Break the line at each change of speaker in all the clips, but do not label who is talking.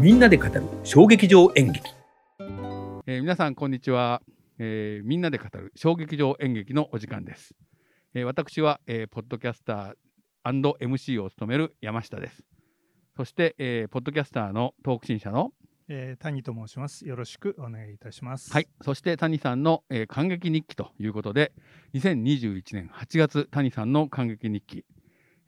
みんなで語る衝撃場演劇
えー皆さんこんにちは、えーみんなで語る小劇場演劇のお時間です、えー私は、えーポッドキャスター &MC を務める山下ですそして、えーポッドキャスターのトーク新社の
えー、谷と申します。よろしくお願いいたします。
はい。そして谷さんの、えー感激日記ということで2021年8月谷さんの感激日記、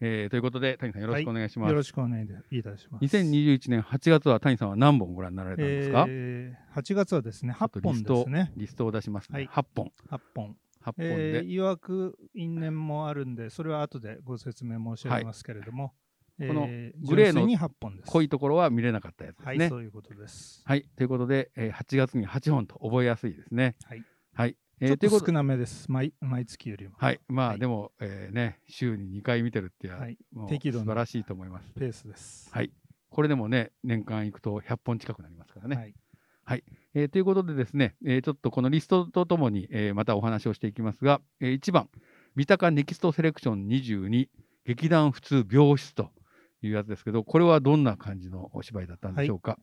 えーということで谷さんよろしくお願いします、
よろしくお願いいたします。
2021年8月は谷さんは何本ご覧になられたんですか、
えー、8月はですね、
ょっと
8本ですね。
リストを出します、ね
はい
8本
8本。
8本で、
えー、いわく因縁もあるんで、それは後でご説明申し上げますけれども、
この
えー
グレーの
純粋に8本です。
濃いところは見れなかったやつです
は
ね
い、。そういうことです。
はい、ということで、えー8月に8本と覚えやすいですね。
はい。
はい、え
ちょ
ー
っ
とい
と
うこ
少
と
なめです。毎毎月よりも。
はい、まあ、
はい
でも、えーね、週に2回見てるっていうのは、
はい
もう
適度な
素晴らしいと思います。
ペースです。
はい、これでもね、年間行くと100本近くなりますからね。
はい
えーということでですね、えーちょっとこのリストとともに、えーまたお話をしていきますが、え1番、三鷹ネキストセレクション22、劇団普通病室というやつですけど、これはどんな感じのお芝居だったんでしょうか。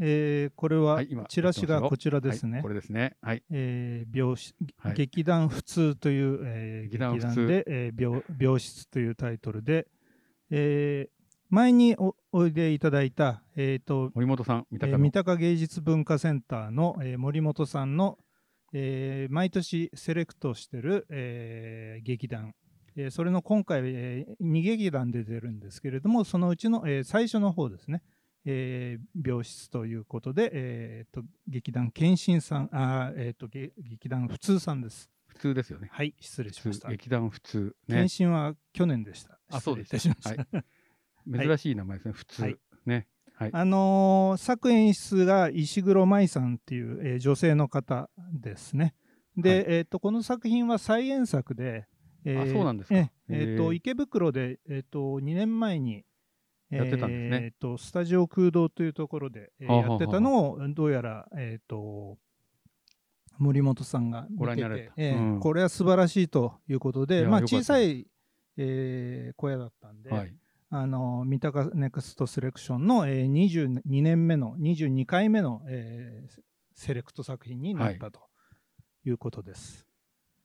えーこれ
は
はい
今
チラシがこちらです
はい
ね
こ。れですね。はい。
えー病室
はい
劇団普通という、えー
劇
劇
団
団
普通
で、えー病病室というタイトルで、えー前におおいでいただいた、えーと
森本さん、三
え
鷹
ー
の
三鷹芸術文化センターの、えー森本さんの、えー毎年セレクトしてる、えー劇団、えーそれの今回、え2劇団で出るんですけれどもそのうちの、えー最初の方ですね、えー病室ということで、えーと劇団健信さんあー、えーとげ劇団普通さんです
普通ですよね。
はい失礼し
普
まし
通
た
劇団普通ね
健。信は去年でした
あ、そうで
失礼いた
す
し
ね
ま。した
はい。珍しい名前ですね。普通
はい
ね。はい。
あのー作演出が石黒舞さんっていう、えー女性の方ですね。で、
はい
えー、とこの作品は再演作で、え
あそうなんですか
ええ
へー
えーと池袋で、えー、と2年前に、
やってたんですね
えーとスタジオ空洞というところで、え
は
ー
あはあは
や
あ
ってたのをどうやら、えー、と森本さんが見てて
ご覧になられた
ええ
うん
これは素晴らしいということ
い
で、
や
まあ、
よかった
小さい、えー小屋だったんで、
はい。
あの三鷹ネクストセレクションの、えー、22年目の22回目の、えーセレクト作品になったということです。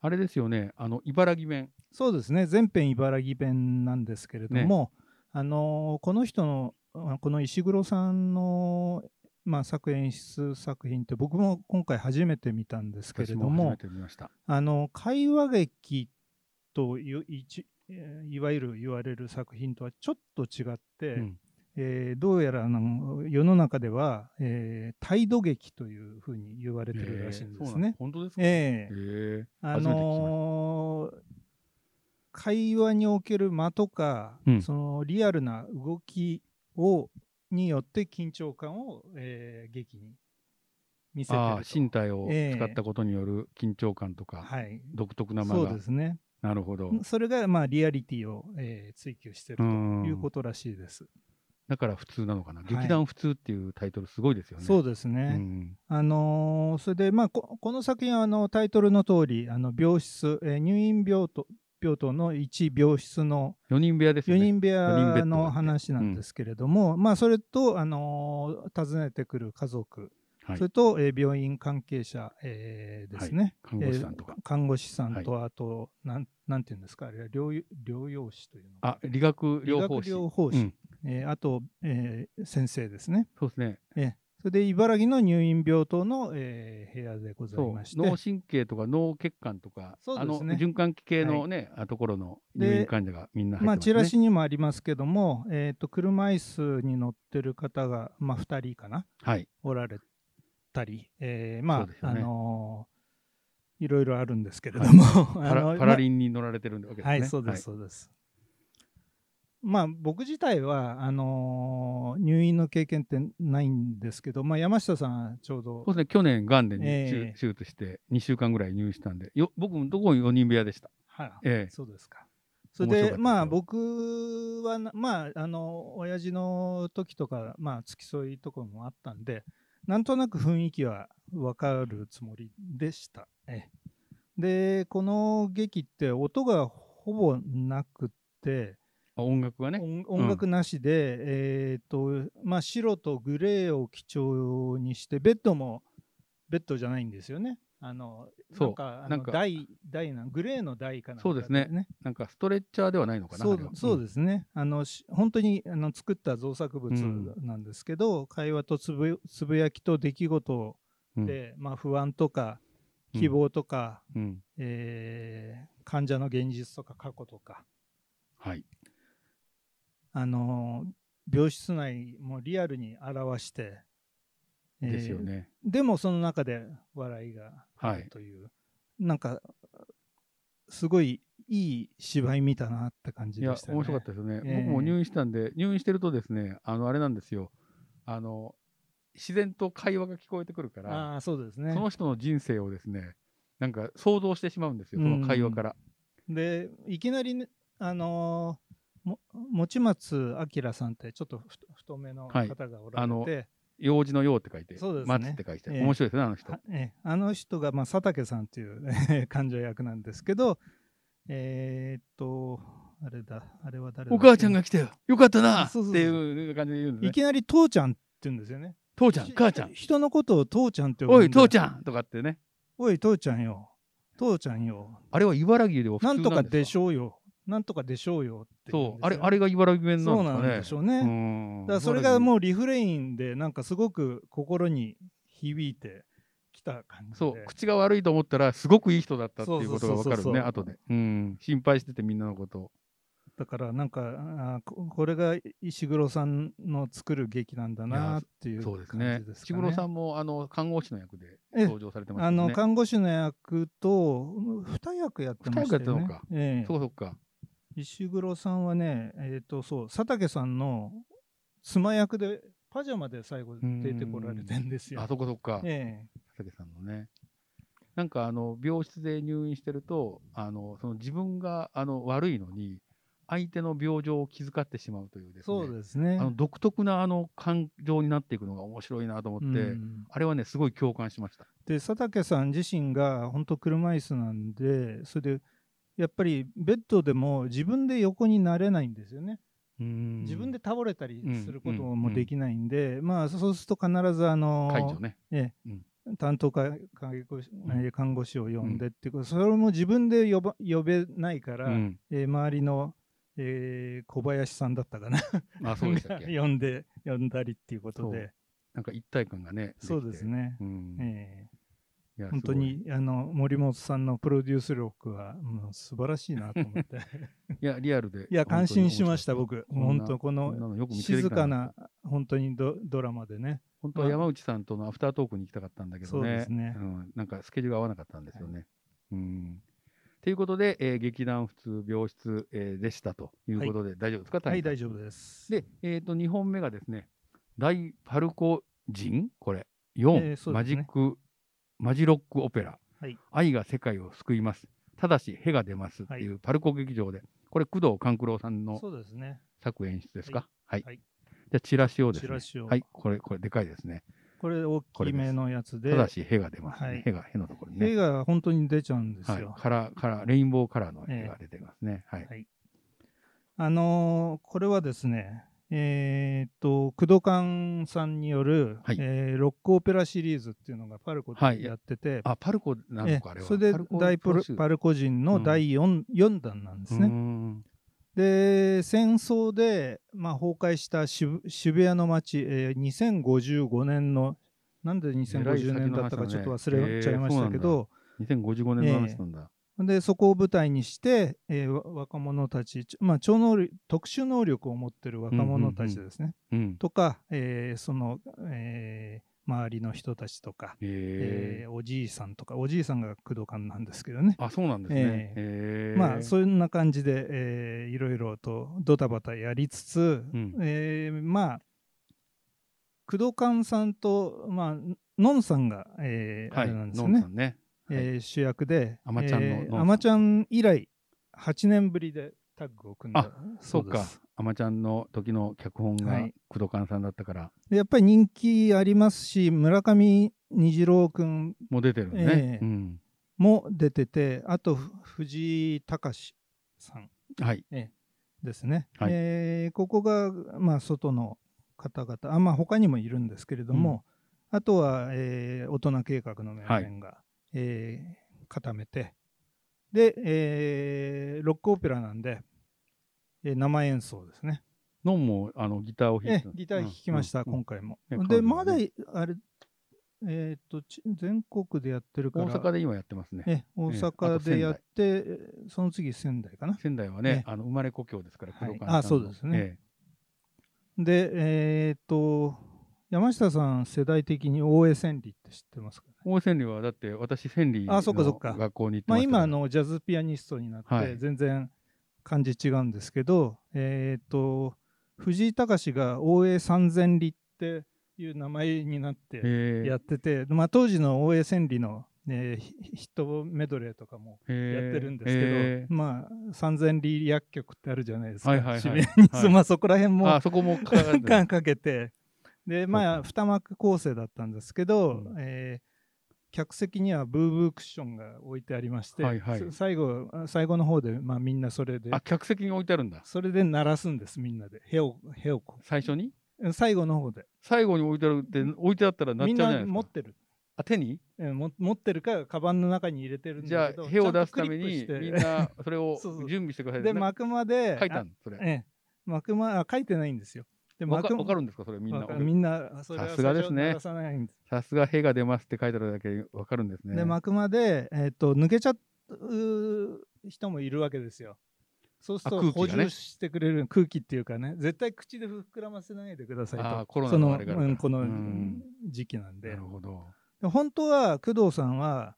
あれですよね。あの茨城弁。
そうですね全編茨城弁なんですけれども、あのーこの人のあこの石黒さんの、まあ、作演出作品って僕も今回初めて見たんですけれ
私
ど
も
も
初めて見ました。
あの会話劇といういちえーいわゆる言われる作品とはちょっと違って、
うん
えーどうやらあの世の中では、えー態度劇というふうに言われてるらしいん
えー
で
そう
す
なん
ね。
本当ですか。え
ええ
え。
あのー会話における間とか、
うん
そのリアルな動きをによって緊張感を、えー劇に見せて
ああ、
ると
身体を
ええ
使ったことによる緊張感とか
はい、
独特な間
そう
が
で。すね。
なるほど。
それがまあリアリティを、えー追求してるということらしいです。
だから普通なのかな。
い
劇団普通っていうタイトルすごいですよね。
そう
で
うです
す
ね。
ね。
あのーそれでまあここの作品はあのタイトルの通りあの病室、えー入院病棟病棟の1病室の
4人部屋ですよ
4
ね。
人部
四人ベッドだって
屋の話なんですけれども、まあそれとあのー訪ねてくる家族、
はい
それと、えー病院関係者、えーですね。
看護師さんとか
えー。看護師さんとあと、なんなんていうんですかあれは療養療養士というの
あ、理学
医
療
学
法士。
療法士、
うん
えーあと、えー先生ですね、
そうですね。
えーそれで茨城の入院病棟の、えー部屋でござい
そう
まして
脳神経とか脳血管とか、
そう
あ
です
の
ね
循環器系のね、あところの
で
入院患者がみんな入って
ま
ま
あ、
す、ね
チラシにもありますけども、えー、と車椅子に乗ってる方が、まあ、2人かな
はい、
おられたり、えーまあ、
そうですよ
あ
ね
のーいろいろあるんですけれども、
パ
あの
ラパラリンに乗られてるわけですね。
はい、そうです、そうです。まあ、僕自体はあのー入院の経験ってないんですけど、まあ、山下さんはちょうど
そうですね、去年、がんでに
え
手
え
手術して、2週間ぐらい入院したんで、よ僕もどこも4人部屋でした。
はい、
ええ
そうですか。そ
面白
れ
かったで
です
よ
まあ僕はなまああの親父の時とかまあ付き添いとかもあったんでなんとなく雰囲気は分かるつもりでした。ええでこの劇って音がほぼなくって、
あ音楽はね。
音音楽なしで、えーっとまあ、白とグレーを基調にしてベッドもベッドじゃないんですよね。あの
そう
なんかあ
な
の
んか
台台なんグレーの台かなんか
そうですねなんかストレッチャーではないのかな。
そ
あれ
う
は
そう
す。
ですね、あのし本当にあの作った造作物なんですけど、会話とつぶつぶやきと出来事で、まあ、不安とか
うん
希望とか、
うん。
えー患者の現実とか過去とか、
はい。
あのー病室内もリアルに表して、えー
ですよね。
でもその中で笑いがあるという、なんかすごいいい芝居見たなって感じ
い
で
や
したね。
面白かったですよね。
ええ
僕も入院したんで入院してるとですねあのあれなんですよあの自然と会話が聞こえてくるから、
ああーそうですね
その人の人生をですねなんか想像してしまうんですよその会話から。
でいきなりね、あのーも持松明さんってちょっとふと太めの
はい
方がお
あ
ら
の
れて、
用事の用って書いて、
そうですね
待つって書いて、
ええ
面白いですね、あの人。
はええあの人が、まあ、佐竹さんっていう えー患者役なんですけどえーっとあれだあれは誰だ
お母ちゃんが来たよ、よかったなって
そうそうそう
いう感じで言うんです
い
ね。
きなり父ちゃんって言うんですよね
父ちゃん、母ちゃん、
人のことを父ちゃんって呼ぶん
お
だ
い、父ちゃんとかってね、
おい父ちゃんよ父ちゃんよ
あれは茨城でお普通
なんとか
す
でしょうよなんとかでしょうよって言
そ
んですよね
う、あれあれが茨城弁な
そうんなんで
で
し
すか
ょ
ね。
うね、
うん
だからそれがもうリフレインでなんかすごく心に響いてきた感じで
そう口が悪いと思ったらすごくいい人だったっていうことが
そう
分
そう
か
そ
る
うそう
ね後でうん心配しててみんなのことを
だからなんかあーここれが石黒さんの作る劇なんだなっていう
そう
感
ですね
じです
石
かね。
黒さんもあの看護師の役で
ええ
登場されてま
あ
したよ
の
ね
看護師の役と二役やってましたよね。
二役やってたのか
ええ
そうそうか
石黒さんはね、えっ、とそう佐竹さんの妻役でパジャマで最後出てこられてんですよ。
あそこそっか
え
佐竹さんのねなんかあの病室で入院してるとあのその自分があの悪いのに相手の病状を気遣ってしまうというで
え
すね
そうですね。
あの独特なあの感情になっていくのが面白いなと思って、
うん
あれはねすごい共感しました
で佐竹さん自身が本当車椅子なんでそれでやっぱりベッドでも自分で横になれないんですよね、自
自
分で倒れたりするこ
う
と
んうんう
も
ん
できないんで、まあそうすると必ずあの
解除ね
担当か看護師
ん
えー看護師を呼んでっていうことそれも自分で呼ば呼べないから、
うん
えー周りの、えー小林さんだったかな
あそうでしたっ け
呼んで呼んだりっていうことで
なんか一体感がね。
そう
きて
です。ね、
うん。
えー
いや
本当。にあの森本さんのプロデュース力はもう素晴らしいなと 思って
すごいいや、リアルで。
いや感心しました
本
僕本当こ
当に面白かった。こん
の
なのよく見つけて
静
きた
か。な本当にドドラマでね
本当は山内さんとのアフタートークに行きたかったんだけどね。
そうですね
うんなんかスケジュールが合わなかったんですよね。うん。ということで、えー劇団普通病室、えーでしたということで、大丈夫ですか
はい
谷さん
大丈夫です
で、えっと、2本目がですね、大パルコ人これ、4、
えーそう
マ
です
ジ
ね
ック、マジロックオペラ、
はい
愛が世界を救います、ただし、へが出ますっていうパルコ劇場で、これ、工藤官九郎さんの
そうですね
作演出ですか。はい。
はい
じゃあ、チラシをですね。
チラシを
はい、これ、これ、でかいですね。
これ大きめのやつ
た
で
だし、へが出ます、
はい
ね。へが、へのところに
絵
ね。
が本当に出ちゃうんです
はい
よ、、
カラー、カラー、レインボーカラーの
ええ
絵が出てますね。はい。
あのーこれはですねえーっと工藤館さんによる、
はい
えーロックオペラシリーズっていうのがパルコ
はい
でやってて、
あ、パルコな
え
のか、あれは。
それで
パルコ
大
プ
プ
ロ
ロ
デュース
パルコ人
う
の
ん
第 4,、四弾なんです
うー
ね。
ん
で戦争で、まあ、崩壊した渋渋谷の街、えー2055年のなんで2050年だったかちょっと忘れちゃいましたけど、
2055年の話なんだ。
でそこを舞台にして、えーわ若者たち、ちょまあ、超能力特殊能力を持ってる若者たちですね、
うん。
とか、えーその、えー周りの人たちとか、
え
えーおじいさんとかおじいさんが工藤官なんですけどね。
あ、そうなんですね。え
まあそんな感じで、えーいろいろとドタバタやりつつ、
うん
えーまあ工藤勘さんと、まあ、のんさんが、えー
は
あ
い、
れなんです
ノ
よ
ン
ね
さ、んね。
えー主役で
あまちゃんの
え
のん
ー
さん
あまちゃん以来8年ぶりでタッグを組んだ
あそう
で
か
す。
あまちゃんの時の脚本
は
が
い
工藤勘さんだったから、
でやっぱり人気ありますし村上虹郎君
もう出てる
え
ね。う
え
ん
も出ててあとふ藤井隆さん
はい。
ですね、
はい
えーここが、まあ、外の方々あ、まあ、他にもいるんですけれども、あとは、えー大人計画の面々が、えー固めてで、えーロックオペラなんで、えー生演奏ですね、
のんもあのギターを弾い
え
てた
えギター弾きました、
うんうん
今回も、
ね彼
で
女
ま
はね
だあれえーっとち全国でやってるから
大阪で今やってますね。
ええ大阪でやって、えーその次仙台かな
仙台はね、
ね
あの生まれ故郷ですから、
はい
黒川さんの
あそうです
え
ねで、えーっと、山下さん、世代的に大江千里って知ってますか、ね
え大千里はだって、私、千里の
あそっかそっか
学校に行って
ま
ま
あ、
した
今
か
あ
ら、
の、ジャズピアニストになっ
は
て、
い
全然感じ違うんですけど、えーっと、藤井隆が大江三千里っていう名前になって
ええ
やってて、まあ、当時の大江千里の、ね、ヒヒットメドレーとかもやってるんですけど、
ええ
まあ、三千里薬局ってあるじゃないですか、
はいはいはい
地名に
はい
まあ、そこら辺も
あそこもかかるんだ
間かけてでま
そ
あ二幕構成だったんですけど、
うん
えー客席にはブーブークッションが置いてありまして、
はいはい
そ最後最後の方で、まあ、みんなそれで
あ客席に置いてあるんだ、
それで鳴らすんですみんなで部屋を部屋をこ
最初に。
う最後の方で
最後に置いてあるって、置いてあったらなっちゃ
み
うんじゃない
な
ですか。
持ってる、
あ手に
うんも持ってるかカバンの中に入れてるん
じゃ
だ
あ、
けど
部屋を出す
ちゃ
た
んと
め
クリ
に
ッ、プして
みんなそれを
そうそう
準備してください。
で
な
幕まで
書いたん、それ。
ええ幕間あ書いてないんですよで
わか
幕
わかるんですか、それみんな
わか。るみんなそれは
さすがですね
最初鳴らさないんです
さすが、へが出ますって書いてあるだけわかるんですね。
で幕まで、えー、と抜けちゃう人もいるわけですよ。そうする
あ
と
空気
補
がね
充してくれる空気っていうかね絶対口で膨らませないでくださいと
あーコロナ
そ
の
の
あれがあるから
うんこ
う
の
ん
時期なんで
なるほど。
で本当は工藤さんは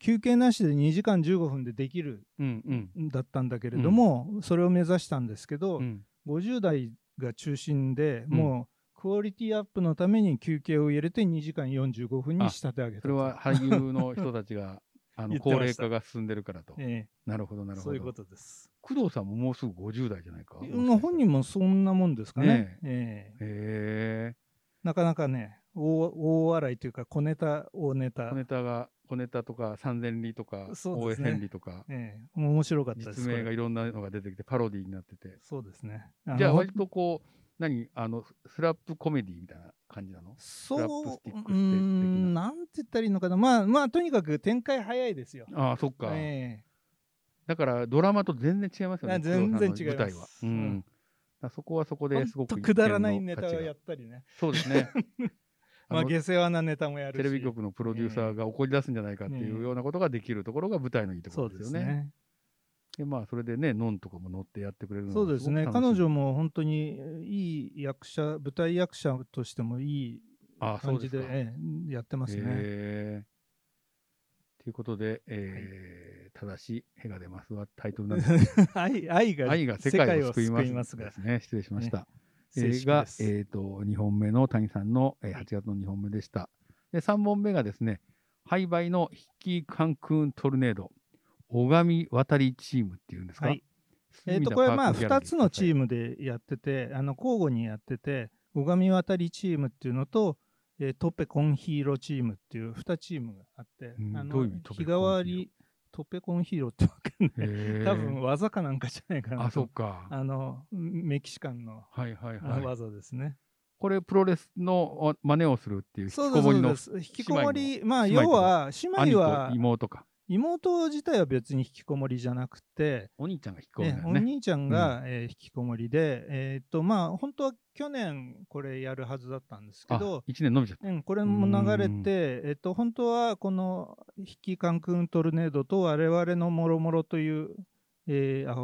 休憩なしで2時間15分でできる
うんうん。
んだったんだけれども、それを目指したんですけど、
うん
50代が中心で、
うん
もうクオリティアップのために休憩を入れて2時間45分に仕立て上げた
それは俳優の人たちがあの
言って
高
ました
齢化が進んでるからと。
ええ
なるほど、なるほど。
そういうことです。
工藤さんももうすぐ50代じゃないか。
まあ、本人もそんなもんですかね。
ね
ええ
へえ。
なかなかね、大大笑いというか、小ネタ、大ネタ
小、ネタが、小ネタとか、三千里とか、
そう
大
で
江
すね
千里とか、
ええ面白かったです。
実名が
こ
いろんなのが出てきて、パロディーになってて
れ。そうですね。の
じゃあ、割とこう、何、あの、スラップコメディみたいな感じなの
そ
ラップス
う
ティックして的
うー、
なん
なんて言ったらいいのかな、まあ、まあ、とにかく展開早いですよ。
ああ、そっか。
え
だから、ドラマと全然違いますよね。
あ全然違い
工
ます
藤さんの舞台は。う
うん
ん。だからそこはそこ
え
です
ほ
ご
んと
く。
くだらないネタをやったりね、
そうです ね。あ
まあ、
の
下世話なネタもやるし、
テレビ局のプロデューサーが怒り出すんじゃないかってい
ええ
うようなことができるところが舞台のいいとこ
そ
ろ
う
で
です
よ
す
ね。で
ね。
まあそれでね、ノンとかも乗ってやってくれるのが
そうですね
ごく楽
彼
しみ
女も本当にいい役者、舞台役者としてもいい
あ
感じ
そ
で
うですか
ええやってますね。
へえということで、えー正しい、へが出ますはタイトルなんですけ
愛愛が
ど愛が世界を救います
が
ですね。失礼しました。
正
映
式
画
で、す
えー、と2本目の谷さんの、えー
はい
8月の2本目でした。で3本目がですね、廃売のヒッキーカンクーントルネード、拝み渡りチームっていうんですか。
はいえ
隅
ー、
田
とこれは
パ
まあ
ークギャラ
2
リ
つのチー
ム。
ムでやっててあの交互にやってて拝み渡りチームっていうのと、えートペコンヒーローチームっていう2チームがあって、
うん
あの
どういう意味ト
日
ペ
替
コンヒーロー
わりトペコンヒーローってわかんない、
へー
多分技かなんかじゃないかな
あ、そ
と
うか。
あのメキシカンの
はいはい
あの
はい。
技ですね、
これ、プロレスの真似をするっていう、
そう
引きこもりの
ですそうです引きこもりまあ
姉妹
要
と
は姉
兄
妹
と
は
妹か。
妹自体は別に引きこもりじゃなくて、
お兄ちゃんが引きこもりだ
ね
よ
お
ね。
兄ちゃんが、えー引きこもりで、えーっとまあ、本当は去年これやるはずだったんですけ
あ、
ど、
1年伸びちゃった。
うん、これも流
う
れて
ーん、
えーっと本当はこの「引きカンクントルネード」と「我々のもろもろ」という、えーあ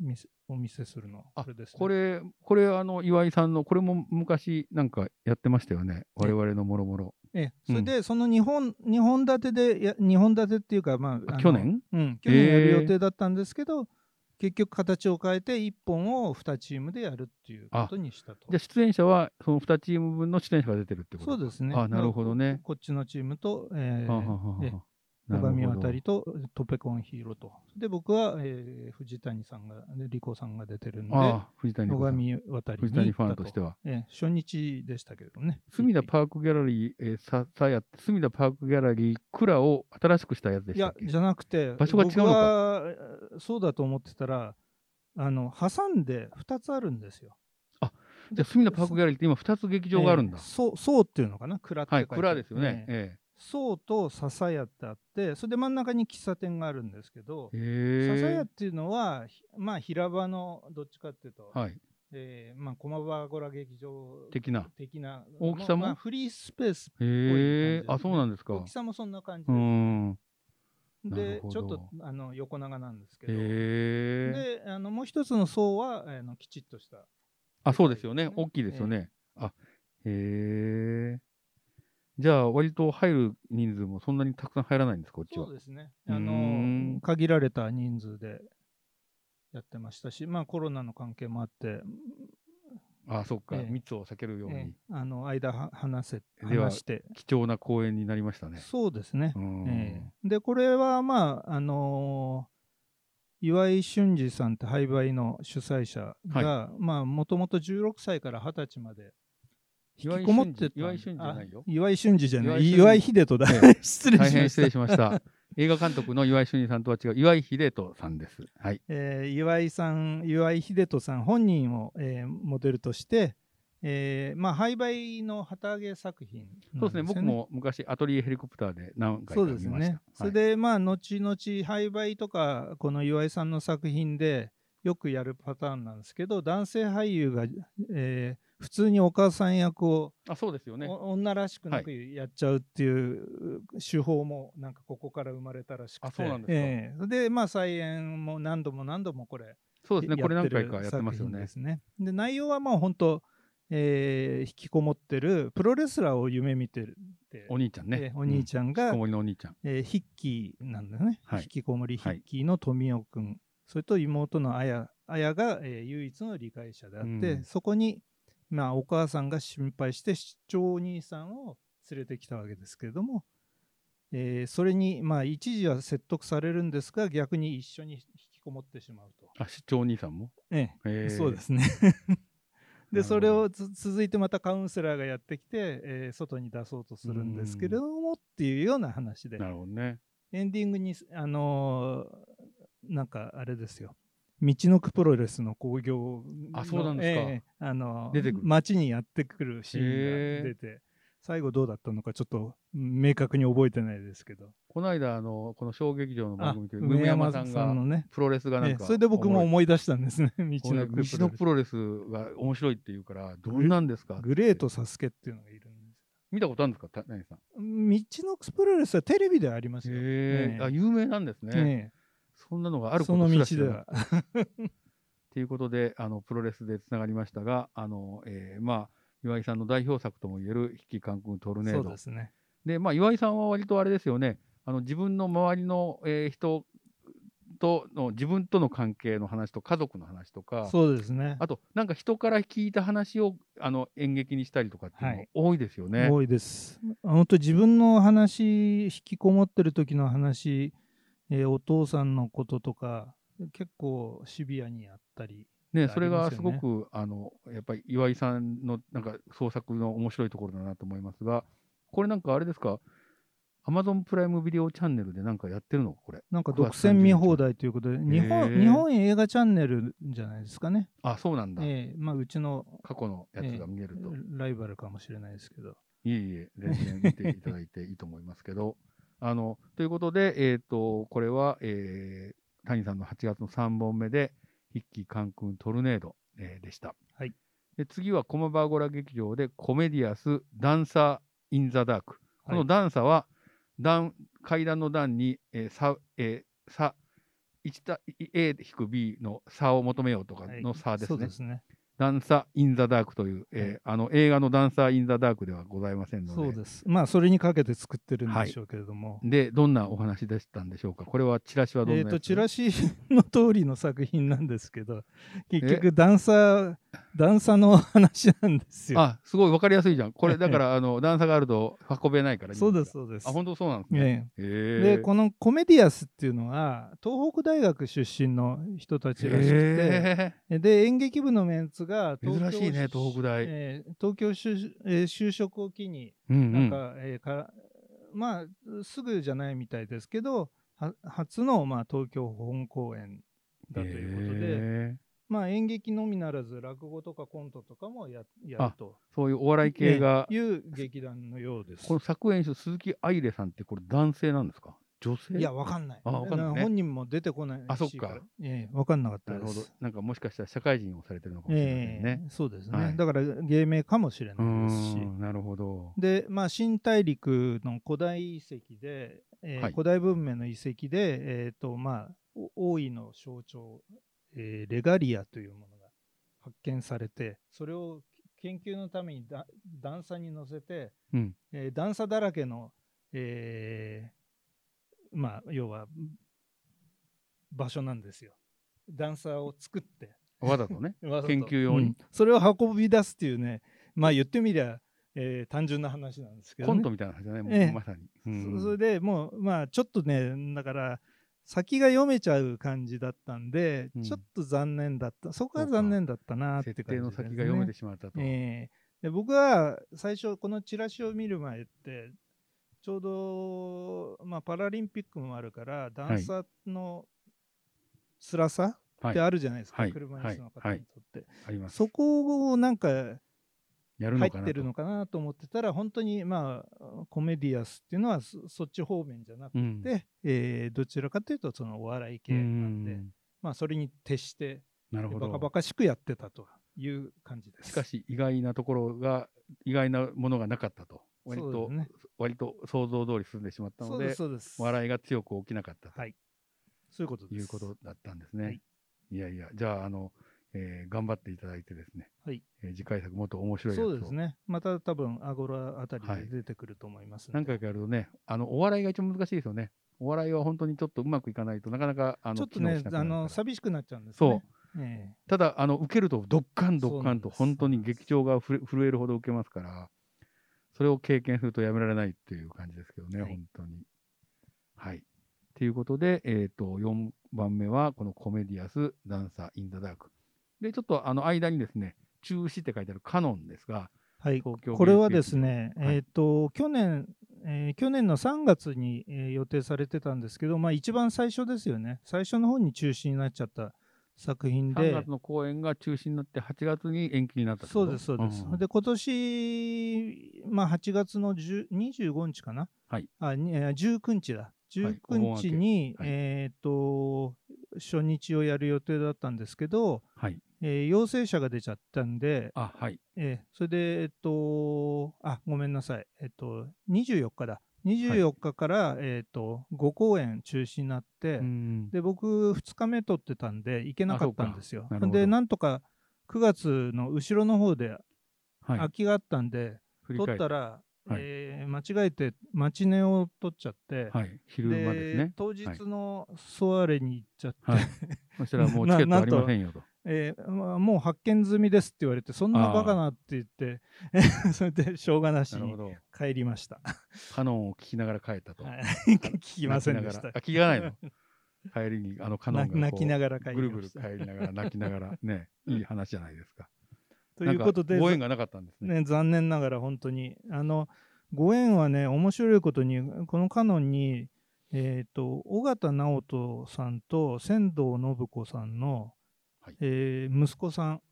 お見せお見せするの
あ
これですね。
これ、これ、あの、岩井さんの、これも昔なんかやってましたよね。我々のもろもろ。
ええ
う
そ
ん
れで、その2本二本立てでや2本立てっていうか、まあ、
あ
あの
去年
うん、去年やる
えー
予定だったんですけど、結局形を変えて1本を2チームでやるっていうことにしたと
じゃあ。出演者はその2チーム分の出演者が出てるってこと
そう
す
ですね。
あなるほどね。
こっちのチームと、え
はあはあはあはあ
ー、え
なるほど
小上渡りとトペコンヒーローと。で、僕は、えー藤谷さんが、でリコさんが出てるんで、
ああ藤谷
小
子さん
上渡りに
藤谷ファンと
行っ
したては。
えー初日でしたけどね。
隅田
ー
パークギャラリー、えーささや、隅田パークギャラリー、蔵を新しくしたやつで
い
した
や
っ、け
じゃなくて、
場所が違うのか
僕はえーそうだと思ってたら、あの挟んで2つあるんですよ。
じゃあ、隅田パークギャラリーって今、2つ劇場があるんだ
えー。そうそうっていうのかな、蔵って
は
書
い、
いてある
蔵ですよね。
えー
え
そうと笹屋ってあって、それで真ん中に喫茶店があるんですけど
え、
笹
へ
屋
え
っていうのは、ひまあ、平場のどっちかっていうと、
はい、
えーまあ、駒場アゴラ劇場
的な。
的な
大きさも
まあ、フリースペース
へえあ、そうなんですか。
大
う
きさもそんな感じ
ーん。
です
なる
で
ほ
ち
ど
ょっとあの横長なんですけど、
へえ
であのもう一つの層はあのきちっとした
あ、そうですよね
で。かい
大きいですよね。あ、へえじゃあ、割と入る人数もそんなにたくさん入らないんです、こっちは
そう。ですね
うー
あ
ん
の限られた人数でやってましたし、まあ、コロナの関係もあって、
あ、そっか。
ええ
密を避けるよう
え
に
え。あの間は話せ
では
話して、
貴重な公演になりましたね。
そうですね
う、ん。
ええでこれはまああのー岩井俊二さんって廃売の主催者がもともと16歳から20歳まで引きこもってた
岩井俊二岩井俊二じゃないよ
あ岩井俊二じゃな
岩
い岩
井
井
俊
秀人だ、
え
失礼
大
しま
変
し
失
た
礼しました。映画監督の岩井俊二さんとは違う岩井秀人さんです。はい。
えー岩井さん岩井秀人さん本人を、えーモデルとして、えーまあ、廃売の旗揚げ作品
そう
な
んですね。僕も昔アトリエヘリコプターで何回か
そう
見ま
で
し
す
た。
ね。そ
は
れ
い、
でまあ後々廃売とかこの岩井さんの作品でよくやるパターンなんですけど男性俳優が、えー普通にお母さん役を、
あ、そうですよね。
お女らしくなくやっちゃうっていう手法もなんかここから生まれたらしくて
あそうなんですか
ええそれでまあ再演も何度も何度もこれ
そうですね。これ
やっ
何
てる
回かやってますよ
作品
ね
で。ねで内容はまあ本当、えー引きこもってるプロレスラーを夢見てるって
お兄ちゃんね
え。ーお兄ちゃんが、
うん。小森のお兄ちゃん。
えーヒッキーなんだよね、
はい
引きこもりヒ
はい
ッキーの富夫君、それと妹のあやあやが、えー唯一の理解者であって、
うん
そこに、まあ、お母さんが心配して市長お兄さんを連れてきたわけですけれども、えーそれに、まあ、一時は説得されるんですが逆に一緒に引きこもってしまうと、
あ、市長お兄さんも。
ええ
へえ
そうで。 すね
なるほど
でそれをつ続いてまたカウンセラーがやってきて、えー外に出そうとするんですけれどもっていうような話で
なるほどね。
エンディングに、あのーなんかあれですよ、道のくプロレスの興行の
あそうなんですか
ええあのー
出てくる
街にやってくるシーンが出て、最後どうだったのか、ちょっと明確に覚えてないですけど、
この間、あの、この小劇場の番
あ
組で、梅
梅
山
山
さん
さん
が、
のね、
プロレスがなん
え
か、
えそれで僕も
おも
思い出したんですね、道
ろ
の
い、
くプロレ
西のプ
ス。
ロレスが面白いっていうから、どんなんですか
グレートサスケっていうのがいるんです。
見たことあるんですか谷さん。
道のくプロレスはテレビではありますよ。
へ
え
え。
え
あ、有名なんですね。
ええ
そんなのがあるこ
その
とすら知
道
ら
で
なかった。。
は
ということで、あのプロレスでつながりましたが、あのえーまあ、岩井さんの代表作ともいえる「筆記関空トルネ
そ
ー
う
ド
で」すね。
で、まあ、岩井さんは割とあれですよね、あの自分の周りの、えー人との、自分との関係の話と家族の話とか、
そうですね。
あと、なんか人から聞いた話をあの演劇にしたりとかっていうの
は
も
い
多いですよね。
多いです。本当自分の話引きこもってる時の話、えーお父さんのこととか結構シビアにやったり、
ね、
ありますよね
それがすごくあのやっぱり岩井さんのなんか創作の面白いところだなと思いますが、これなんかあれですか、アマゾンプライムビデオチャンネルでなんかやってるのこれ。
なんか
9月
独占見放題ということで
30
日
へー
本日本映画チャンネルじゃないですかね。
あ、そうなんだ。
ええまあうちの
過去のやつが見えると。
ライバルかもしれないですけど、
いえいえ、全然見ていただいていいと思いますけ ど。あのということで、えーと、これは、えー谷さんの8月の3本目で、筆記関空トルネード、えーでした。
はい
で次は駒場アゴラ劇場で、コメディアス、ダンサー・イン・ザ・ダーク。この段差は、段階段の段に、えー差、えー差、1た A-B の差を求めようとか
はい
の差です
そ
ね。
うですね。
ダンサー・イン・ザ・ダークという、えーあの映画のダンサー・イン・ザ・ダークではございませんので。
そうです。まあそれにかけて作ってるんでしょうけれども、
で、どんなお話でしたんでしょうかこれはチラシはどんな
え
や
ー、
つ、
とチラシの通りの作品なんですけど結
え
局ダンサーダンサーの話なんですよ。
あ、すごいわかりやすいじゃん。 これ、だから、あの、段差があると運べないから。
そうです
荷
そうです。
物が。あ、本当そうなんですね。
え
え
え
ー、
でこのコメディアスっていうのは東北大学出身の人たちらしくて、
え
で演劇部のメンツが
珍しいね東北大
ええ東京就,、えー就職を機に
ーうんう
なん
ん
か、えーからまあすぐじゃないみたいですけどは初の、まあ、東京本公演だということ
え
で。まあ、演劇のみならず落語とかコントとかもややると
そういうお笑い系が、
ねいう劇団のようです
こ。の作演出、鈴木愛玲さんって、これ、男性なんですか女性
いや、わかんない。
あわかんないね
だら本人も出てこないし
あそっから
ええわかんなかった
なるほ
です。
ど。なんかもしかしたら社会人をされてるのかもしれませ
え
ん
え
ね。
そうですね、
はい
だから芸名かもしれ
うー
ないですし。
ん、なるほど。
で、まあ、新大陸の古代遺跡で、えー
はい
古代文明の遺跡で、えーとまあ、お王位の象徴、えーレガリアというものが発見されてそれを研究のためにだ段差に乗せて、
うん
えー段差だらけの、えーまあ、要は場所なんですよ。段差を作って
わざとね。
わざと
研究用に
うんそれを運び出すっていうねまあ言ってみりゃ、えー単純な話なんですけど、ね、
コントみたいな話じゃない、もう
ええ
まさに。うん
そそれでもうまあちょっとねだから先が読めちゃう感じだったんで、
うん
ちょっと残念だったそ
そ
こが
うか
残念だったなって
設
感
定
じ
の
です、ね、
先が読めてしまったと。
ええで僕は最初このチラシを見る前ってちょうど、まあ、パラリンピックもあるからダンサーの辛さ
は
っ
い
て、あるじゃないですか、
はい
車椅子の方にとって、
あります。
そこをなんか
やる
入
の
っ
かなと。
てるのかなと思ってたら本当にまあコメディアスっていうのはそそっち方面じゃなく
うん
て、えーどちらかというとそのお笑い系
う
なんで、
ん
まあ、それに徹して
なるほ
バカバ
ど。
カしくやってたという感じです。
しかし、意外なところが、意外なものがなかったと。割
そうで
と
す、ね
割と想像通り進んでしまった
そ
の
うで、
です
そうです
笑いが強く起きなかったと
はいそういうことです。
いうことだったんですね。
はいい、
やいや、じゃあ、あの、えー頑張っていただいてですね、
はい
えー次回作もっと面白いやつを
そうですね。また多分アゴラあたりで出てくると思いますんで、
何回かやるとね、あの、お笑いが一番難しいですよね。お笑いは本当にちょっとうまくいかないとなかなか、あの、
ちょっと
機能
ね
しなくな
あ
るから
の寂しくなっちゃうんですね。そう。え
ただ、あの、受けると、ドッカンドッカンと、
そうな
本
んです
当に劇場がふれ震えるほど受けますから、それを経験するとやめられないっていう感じですけどね、
はい
本当に。はい。ということで、えっ、と、4番目は、このコメディアス、ダンサー、イン・ザ・ダーク。で、ちょっと、あの、間にですね、中止って書いてあるカノンですが、
えはい。
東京
これはですね、
はい
えっ、と、去年、えー去年の3月に、えー予定されてたんですけど、まあ一番最初ですよね。最初の方に中止になっちゃった作品
3
で。
月の公演が中止になって、8月に延期になったってこ
そ
と
うです、そうです。
ん
で、今年、まあ8月の10 25日かな。
はい
あ、にえー19日だ。19日に、
はい
えっ、と、初日をやる予定だったんですけど、
はい。
えー陽性者が出ちゃったんで、
あ、はい。
えーそれで、えっと、あ、ごめんなさい、えっと、24日だ、24日から、えっと、5公演中止になって、
うん
で、僕、2日目取ってたんで、行けなかったんです
あ
よ
そうかなる。ほど
で、なんとか9月の後ろの方で
はい
空。きがあったんで、
振
取っ
って
たら、
はい
えー間違えて、マチネを取っちゃって、
はい。昼間ですね。
当日のソアレに行っちゃって、
はいそしたらもうチケットありませんよと。
えーまあもう発見済みですって言われて、そんなバカなって言って、 それでしょうがなし
なるほ
に
ど。
帰りました。
カノンを聞きながら帰ったと。
はい 聞きませんでした。
泣きながらあ、聞かないの。帰りに、あの、カノンが
泣
こう
泣きながら帰
ぐる
り
ぐ
ま
る
し
帰
た。
りながら、泣きながら、ね、いい話じゃないですか。
ということ
な
で、
んかご縁がなかったんですね。
ね、残念ながら本当に、あの、ご縁はね、面白いことに、このカノンに、えっ、と、尾形直人さんと仙道信子さんの、
はい
えー息子さん、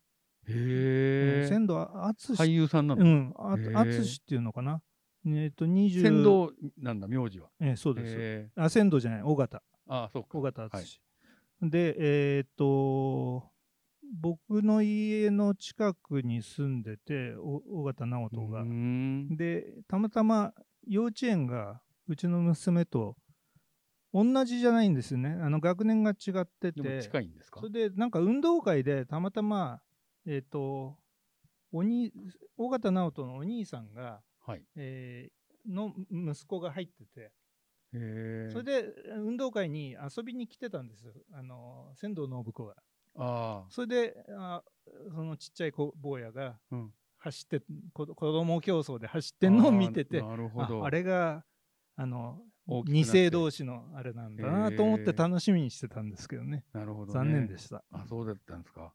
へえ。
仙道敦
俳優さんな
う
の。
ん、あ
へえ
敦っていうのかな。えっ、と、20、
先導なんだ、名字は。
えーそうです。
へえ。
あ、仙道じゃない、尾形。
ああ、そうか
尾。形敦、
はい
で、えーっと、僕の家の近くに住んでて、お尾形直人が
うー。ん
で、たまたま幼稚園が、うちの娘と同じじゃないんですよね。あの学年が違って
でも
て。
近いんですか
それで、なんか運動会で、たまたま、えーっと、おに尾形直人のお兄さんが、
はい。
えーの息子が入ってて、
へえ。
それで運動会に遊びに来てたんですよ、あの仙道信子が。
ああ。
それで、あそのちっちゃい子坊やが
うん
走って、こ子供競争で走ってんのを見てて、
あーなるほ
あ
ど。
あれがあの
大きくなって
二世同士のあれなんだなと思って楽しみにしてたんですけどね、
なるほどね。
残念でした。
あ、そうだったんですか。